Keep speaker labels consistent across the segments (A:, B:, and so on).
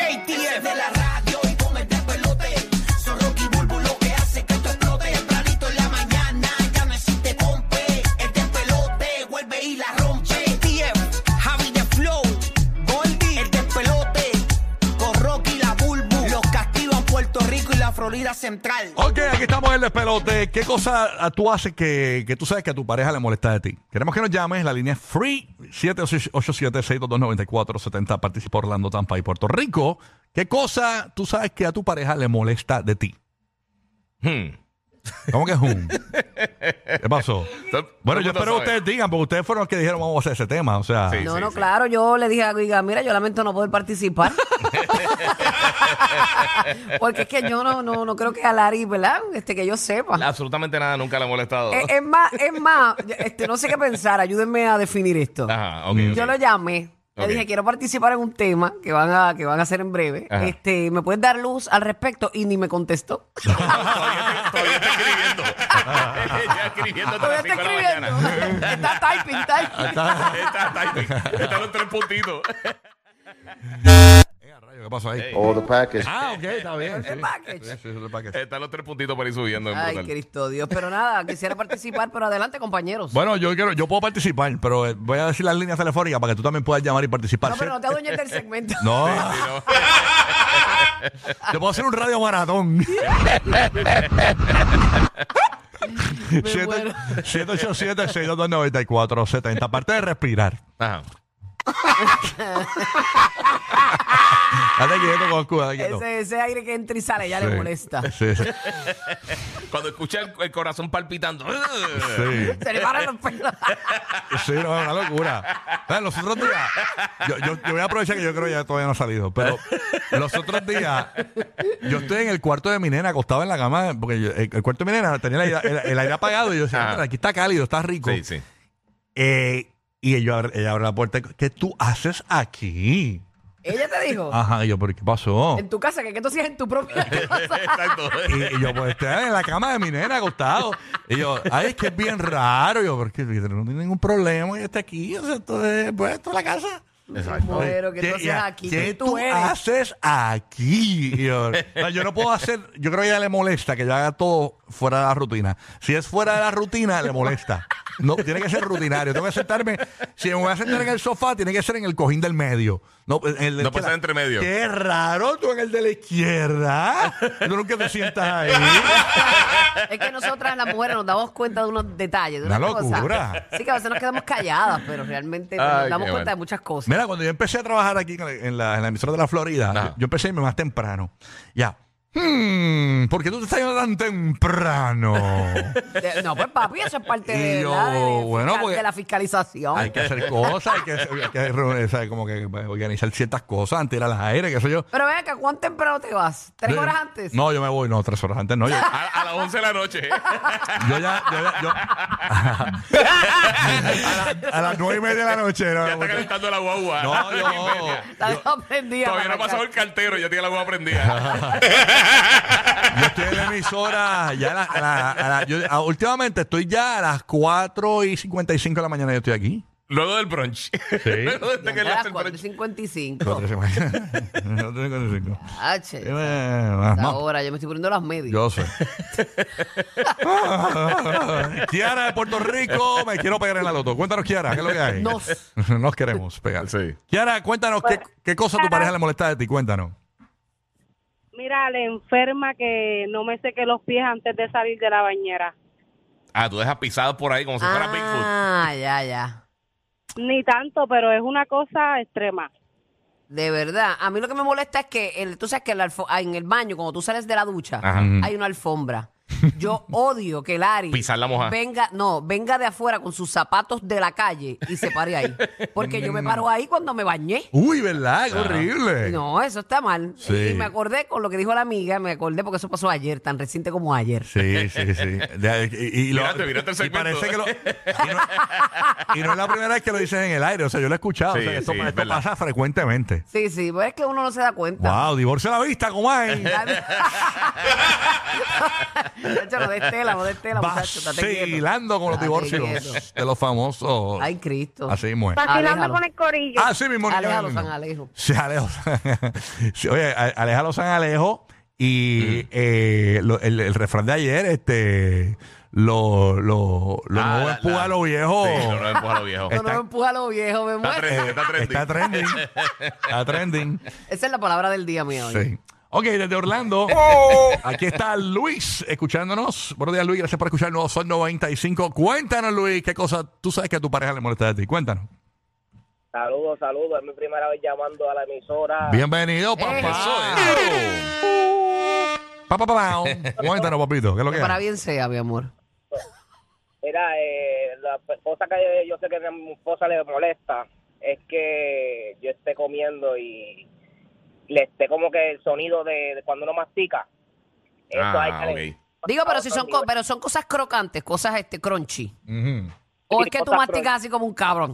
A: de la radio y con el despelote. Son Rocky Bulbo lo que hace que esto explote. Tempranito en la mañana ya no existe compe. El despelote vuelve y la rompe. TF, Javi de Flow, Goldie, el despelote. Con Rocky y la Bulbo. Los castigan Puerto Rico y la Florida Central.
B: Ok, aquí estamos en el despelote. ¿Qué cosa ah, tú haces que, que tú sabes que a tu pareja le molesta de ti? Queremos que nos llames. La línea es free 787-622-9470. Participa Orlando, Tampa y Puerto Rico. ¿Qué cosa tú sabes que a tu pareja le molesta de ti?
C: Hmm.
B: ¿Cómo que es un? ¿Qué pasó? Bueno, yo espero que ustedes digan, porque ustedes fueron los que dijeron vamos a hacer ese tema. O sea,
D: No, no, claro, yo le dije a Guiga, mira, yo lamento no poder participar. Porque es que yo no, no, no creo que a Larry, ¿verdad? Este, que yo sepa.
C: Absolutamente nada, nunca le ha molestado.
D: Eh, Es, más, es más, este, no sé qué pensar, ayúdenme a definir esto.
C: Ajá, ok.
D: Yo
C: ok.
D: lo llamé. Le
C: Ok.
D: dije, quiero participar en un tema que van a, que van a hacer en breve.
C: Ajá.
D: Este, ¿me puedes dar luz al respecto? Y ni me contestó.
C: Todavía está- todavía está escribiendo. ya escribiendo hasta
D: Todavía
C: las
D: está
C: cinco de la
D: escribiendo.
C: mañana.
D: está typing, typing.
C: Está typing. Están los tres puntitos.
B: Eh, rayo, ¿qué pasó ahí?
E: All the package.
B: Ah, ok, está bien. sí.
D: package.
B: Sí, sí, es el package.
C: Están los tres puntitos para ir subiendo. es
D: Ay,
C: brutal.
D: Cristo Dios. Pero nada, quisiera participar, pero adelante, compañeros.
B: Bueno, yo quiero, yo puedo participar, pero eh, voy a decir las líneas telefónicas para que tú también puedas llamar y participar.
D: no, pero no te adueñes del segmento.
B: No. Yo puedo hacer un radio maratón. Siete-
D: muero.
B: 787-622-9470. Aparte de respirar.
C: Ajá.
B: Date quieto, Goku, date quieto.
D: Ese, ese aire que entra y sale ya
B: Sí.
D: le molesta.
B: Sí, sí.
C: Cuando escucha el, el corazón palpitando.
B: sí.
D: Se le paran los pelos.
B: Sí, no, es una locura. Claro, Los otros días, yo, yo- yo voy a aprovechar que yo creo que ya todavía no ha salido, pero los otros días, yo estoy en el cuarto de mi nena, acostado en la cama, porque yo- el, el cuarto de mi nena tenía el, aire- el- el aire apagado y yo decía,
C: Ajá.
B: "Mira, aquí está cálido, está rico.
C: Sí, sí.
B: Eh, y ella abre, ella abre la puerta, ¿qué tú haces aquí?
D: Ella te dijo,
B: Ajá, y yo, ¿pero qué pasó?
D: en tu casa, que, que tú hacías en tu propia casa.
C: Exacto.
B: Y, y yo, pues, estoy en la cama de mi nena acostado. Y yo, ay, es que es bien raro. Y yo, porque no tiene ningún problema y está aquí. O sea, esto es, pues, esto es la casa.
D: Pero que tú
B: ¿Qué-
D: haces aquí,
B: ¿Qué
D: que tú eres.
B: haces aquí? Y yo, no, yo no puedo hacer, yo creo que a ella le molesta que yo haga todo fuera de la rutina. Si es fuera de la rutina, le molesta. No, tiene que ser rutinario. Tengo que sentarme, si me voy a sentar en el sofá, tiene que ser en el cojín del medio. No, en el,
C: No puede ser entre medio.
B: Qué raro, tú en el de la izquierda. Tú nunca te sientas ahí.
D: Es que nosotras las mujeres nos damos cuenta de unos detalles. De
B: Una
D: unas cosas.
B: locura.
D: Sí, que a veces nos quedamos calladas, pero realmente pues,
C: Ay,
D: nos damos
C: qué bueno.
D: cuenta de muchas cosas.
B: Mira, cuando yo empecé a trabajar aquí en la, en la- en la emisora de la Florida,
C: Ajá.
B: yo, yo empecé a irme más temprano. Ya. Hmm, ¿Por qué tú te estás yendo tan temprano?
D: De- no, pues papi, eso es parte
B: Y
D: de,
B: yo,
D: ¿verdad? de- de
B: bueno,
D: fiscal-
B: porque-
D: de la fiscalización.
B: hay que hacer cosas, hay que, hay que reunir, ¿sabes? como que organizar ciertas cosas antes de ir al aire, qué sé yo.
D: Pero ven acá, ¿cuán temprano te vas? ¿Tres
B: Yo-
D: horas antes?
B: No, yo me voy, no, tres horas antes, no. Yo,
C: A, a las 11 de la noche.
B: yo ya, yo ya, yo. a, la- a las nueve y media de la noche, no,
C: Ya está calentando la guagua.
B: No, yo-
D: Estás aprendida,
C: Todavía no ha
D: Maraca.
C: pasado el cartero, ya tiene la guagua prendida.
B: yo estoy en la emisora, ya a la- a la- a la- yo- a- últimamente estoy ya a las 4 y 55 de la mañana, yo estoy aquí.
C: Luego del brunch. Luego de
D: Ya
C: que
D: a
C: le
D: las
C: hace el
D: 4.55.
B: 4 y 55.
D: Ah, che.
B: Eh, más- más-
D: Ahora, yo me estoy poniendo las medias.
B: Yo sé. Kiara de Puerto Rico, me quiero pegar en la loto. Cuéntanos, Kiara, ¿qué es lo que hay?
D: Nos.
B: Nos queremos pegar.
C: Sí.
B: Kiara, cuéntanos qué, qué cosa a tu pareja le molesta de ti. Cuéntanos.
F: Mira, la enferma que no me seque los pies antes de salir de la bañera.
C: Ah, tú dejas pisadas por ahí como si fuera Bigfoot.
D: Ah, ya, ya.
F: Ni tanto, pero es una cosa extrema.
D: De verdad. A mí lo que me molesta es que el, tú sabes que el alfo- ah, en el baño, cuando tú sales de la ducha,
C: Ajá.
D: hay una alfombra. Yo odio que Lari
C: Pisar la moja.
D: venga, no, venga de afuera con sus zapatos de la calle y se pare ahí. Porque yo me paro ahí cuando me bañé.
B: Uy, ¿verdad? Qué horrible.
D: No, eso está mal.
B: Sí.
D: Y me acordé con lo que dijo la amiga, me acordé porque eso pasó ayer, tan reciente como ayer.
B: Sí, sí, sí. De- y, y lo-
C: Mírate, mírate el
B: y
C: segmento.
B: parece que lo. Y no, y no es la primera vez que lo dicen en el aire. O sea, yo lo he escuchado. o sea,
C: Sí,
B: que esto
C: sí,
B: esto
C: es verdad.
B: pasa frecuentemente.
D: Sí, sí, pues es que uno no se da cuenta.
B: Wow, divorcio a la vista, ¿cómo hay?
D: La- Muchacho, no des tela, no des tela, muchacho. estate quieto.
B: vacilando con los
D: Estate
B: divorcios
D: quieto.
B: de los famosos.
D: Ay, Cristo.
B: Así mismo es.
F: Vacilando
D: Aléjalo.
F: con el corillo.
B: Así mismo. es.
D: Aléjalo, San Alejo.
B: Sí, Alejo. Sí, oye, a- Aléjalo San Alejo. Y eh, lo- el, el refrán de ayer, este. Lo, lo, lo
C: Ah,
B: nuevo
C: la-
B: empuja a
C: la-
B: lo viejo.
C: Sí, lo nuevo empuja a lo viejo.
D: No, no me empuja a lo viejo, me
C: Está
D: muero.
C: trending, está trending.
B: Está trending. Está trending.
D: Esa es la palabra del día mío hoy.
B: Sí. Ok, desde Orlando.
C: Oh.
B: Aquí está Luis escuchándonos. Buenos días, Luis. Gracias por escucharnos. Son 95. Cuéntanos, Luis, qué cosa tú sabes que a tu pareja le molesta de ti. Cuéntanos.
E: Saludos, saludos. Es mi primera vez llamando a la
C: Ah.
E: emisora.
C: Eh.
B: Bienvenido, papá.
D: Eso,
B: Papá, papá. Cuéntanos, papito. ¿Qué es lo
D: Que
B: que
D: para
B: es?
D: bien sea, mi amor.
E: Mira, eh, la cosa que yo sé que a mi esposa le molesta es que yo esté comiendo y le esté como que el sonido de, de cuando uno mastica. Eso hay
C: Ah,
E: que le-
C: ok.
D: Digo, pero si son, co- pero son cosas crocantes, cosas este crunchy.
B: Ujú.
D: O
E: Sí,
D: es que tú
E: cosas
D: masticas así como un cabrón.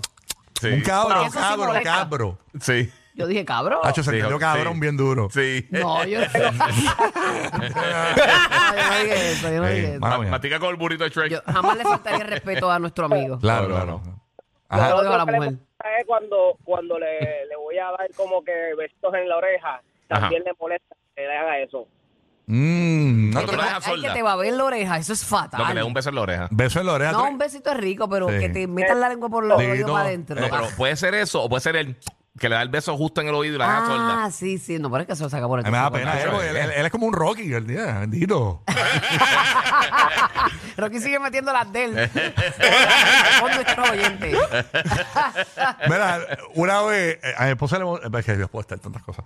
C: Sí.
B: Un
D: Porque
B: cabro,
D: eso sí
B: cabro,
D: molesta.
B: cabro.
C: Sí.
D: Yo dije, cabrón.
B: Hacho, se
C: Sí,
B: entendió
C: sí.
B: cabrón bien duro.
C: Sí.
D: No,
B: eh,
D: yo no. No, yo no dije eso, yo no
B: Ey,
D: dije eso.
B: mala
C: Ma-
B: mía.
C: Matica con el burrito de Shrek.
D: Yo jamás le faltaría el respeto a nuestro amigo.
B: Claro,
C: No,
B: claro.
C: no,
D: Yo
B: Ajá.
D: lo dejo a la
E: Lo que le
D: mujer.
E: molesta es eh, cuando, cuando le, le voy a dar como que besitos en la oreja,
C: Ajá.
E: también le molesta que le haga eso.
B: Mm, no
C: Que
B: te-
C: te la
D: Hay
C: dejas
D: que
C: sorda.
D: te va a ver la oreja, eso es fatal.
C: Lo que le da un beso en la oreja.
B: Beso en la oreja.
D: No,
B: tres-
D: un besito es rico, pero
B: Sí.
D: que te metan la lengua por los
B: Dito.
D: oídos para adentro.
C: No,
B: ah.
C: pero puede ser eso o puede ser el que le da el beso justo en el oído y la deja
D: ah,
C: sorda.
D: sí, sí, no, pero es que se lo saca por
B: Ay,
D: aquí.
B: me da pena,
C: Nacho,
B: eh, porque
C: eh.
B: él, él- él es como un Rocky, el día, bendito. eh.
D: Rocky sigue metiendo las de él. Con nuestro oyente.
B: Mira, una vez, eh, a mi esposa le mo- eh, Es que Dios puede estar tantas cosas.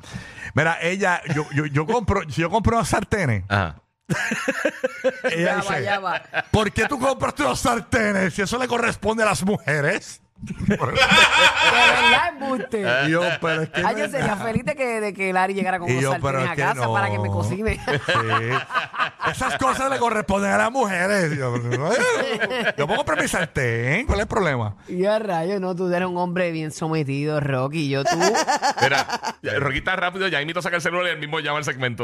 B: Mira, ella, yo, yo, yo compro, si yo compro unos sartenes,
C: Ajá.
B: ella
D: Ya va,
B: dice,
D: ya va.
B: ¿por qué tú compraste unos sartenes? Si eso le corresponde a las mujeres.
D: De verdad, embuste.
B: y yo, pero es que.
D: Ay, yo
B: no-
D: sería feliz de que, de que Lari llegara con
B: Y
D: unos
B: yo, pero
D: sartenes
B: es
D: a
B: que
D: casa
B: no.
D: para que me cocine.
B: Sí. Esas cosas le corresponden a las mujeres. Yo, pues, eh, yo puedo comprar mi sartén, ¿cuál es el problema?
D: y a rayo, no, tú eres un hombre bien sometido, Rocky. Yo tú.
C: Mira, ya, Roquita rápido, ya invito a sacar el celular y él mismo llama el segmento.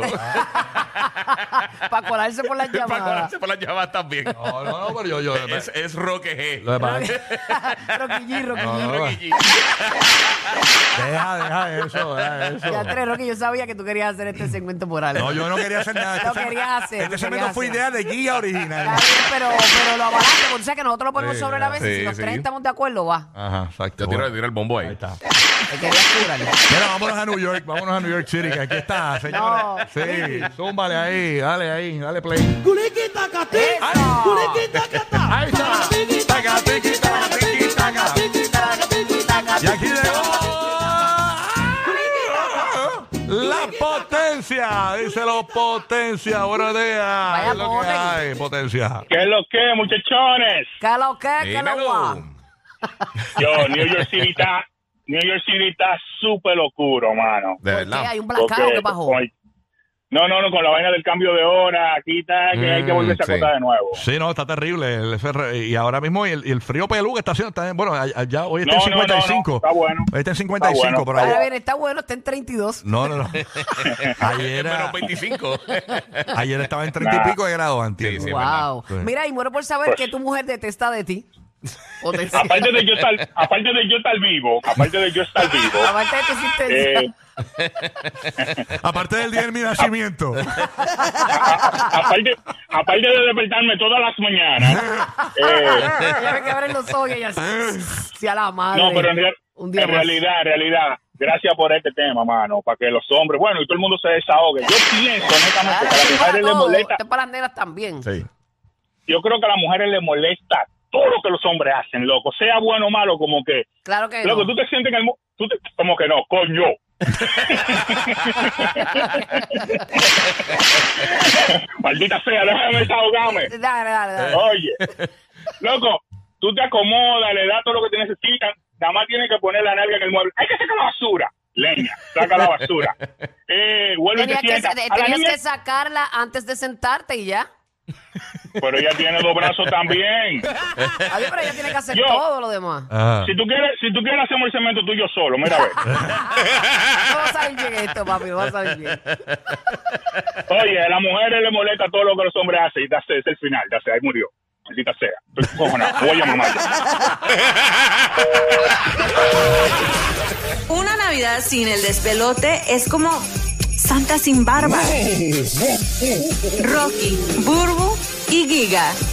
D: para colarse por las
C: Para
D: llamadas.
C: colarse por las llamadas también.
B: No, no, no, pero yo. yo
C: Es, es Roque G.
B: lo de
D: Rocky G, Rocky G.
B: No,
C: Roque G.
B: Deja, deja eso, deja eso.
D: Ya tres, Rocky, yo sabía que tú querías hacer este segmento por algo.
B: No, yo no quería hacer nada.
D: Lo quería hacer,
B: Este
D: lo
B: segmento
D: quería
B: fue
D: hacer.
B: idea de guía original.
D: Está bien, pero, pero lo avalaste, porque tú sabes que nosotros lo ponemos
B: Sí,
D: sobre la mesa y si
C: sí,
D: los tres
C: sí.
D: estamos de acuerdo, va.
B: Ajá, exacto.
C: Yo tiro, tiro el bombo ahí.
B: Ahí está.
D: Te querías curar.
B: Mira, vámonos a New York, vámonos a New York City, que aquí está, señora.
D: No.
B: Sí, zúmbale ahí, dale ahí, dale play. Ahí está. Taca, tiqui, taca, tiqui, taca. Y aquí llegó la potencia, díselo potencia, buenos días.
D: Vaya
B: Es lo que
D: poten.
B: hay, potencia.
G: ¿Qué es lo que, muchachones?
D: ¿Qué lo Ah, que? ¿Qué lo
C: Dímelo.
D: guá?
G: Yo, New York City está, New York City está súper locuro, mano.
C: De
D: ¿Qué?
C: verdad.
D: ¿Hay un blackout?
G: Porque
D: ¿Qué pasó?
G: con el- no, no, no, con la vaina del cambio de hora, aquí está, que hay que
C: Mm,
G: volverse
C: sí.
G: a acostar de nuevo.
B: Sí, no, está terrible. el FR y ahora mismo y el, y el frío pelú que está haciendo. Está, bueno, a- a- ya
C: Este
B: hoy está
G: No,
B: en
G: no, no, no,
B: 55.
G: está bueno.
B: Hoy está en 55,
G: Está bueno,
B: pero
D: Ahora
B: ayer.
D: bien, está bueno, está en 32.
B: No, no, no.
C: Es
B: Ayer, era-
C: menos 25.
B: ayer estaba en 30 y pico de grados antes.
C: Sí, sí,
D: wow.
B: verdad. Sí.
D: Mira, y muero por saber que tu mujer detesta de ti. O te-
G: Pues Aparte de yo estar, aparte de yo estar vivo, aparte de yo estar vivo,
D: Aparte de tu existencia.
G: Eh.
B: Aparte del día de mi nacimiento.
G: aparte, aparte de despertarme todas las mañanas, eh,
D: ya ve que abren los ojos y así. Si a la madre.
G: No, pero en, real-
D: Un día
G: en
D: más.
G: realidad, en realidad, gracias por este tema, mano, para que los hombres, bueno, y todo el mundo se desahogue. Yo pienso,
D: Claro,
G: honestamente,
D: esto es
G: que a las
D: para
G: mujeres les
D: todo,
G: molesta,
D: esto es para las nenas también.
C: Sí.
G: yo creo que a las mujeres les molesta todo lo que los hombres hacen, loco, sea bueno o malo, como que,
D: Claro que
G: loco,
D: no.
G: tú te sientes en el, mu- tú te- como que no, coño. Maldita sea, déjame desahogarme.
D: Dale, dale,
C: Eh.
D: dale.
G: Oye, loco, tú te acomodas, le das todo lo que te necesitan, nada más tienes que poner la nalga en el mueble. Hay que sacar la basura. Leña, saca la basura. Eh, vuelve y te
D: Tenías que,
G: sientas.
D: te-
G: A la
D: tenías
G: niña,
D: que sacarla antes de sentarte y ya.
G: pero ella tiene dos brazos también.
D: Adiós, Ah, pero ella tiene que hacer
G: Yo.
D: todo lo demás.
B: Ajá.
G: Si tú quieres, si tú quieres hacemos el cemento tú y yo solo, mira a ver.
D: No va a salir bien esto, papi, no va a salir bien.
G: Oye, a las mujeres le molesta todo lo que los hombres hacen y that's it, es el final, that's it, ahí murió. Maldita sea. Estoy cojonado, voy a mamar.
H: Una Navidad sin el despelote es como Santa sin barba. Rocky, Burbu y Giga.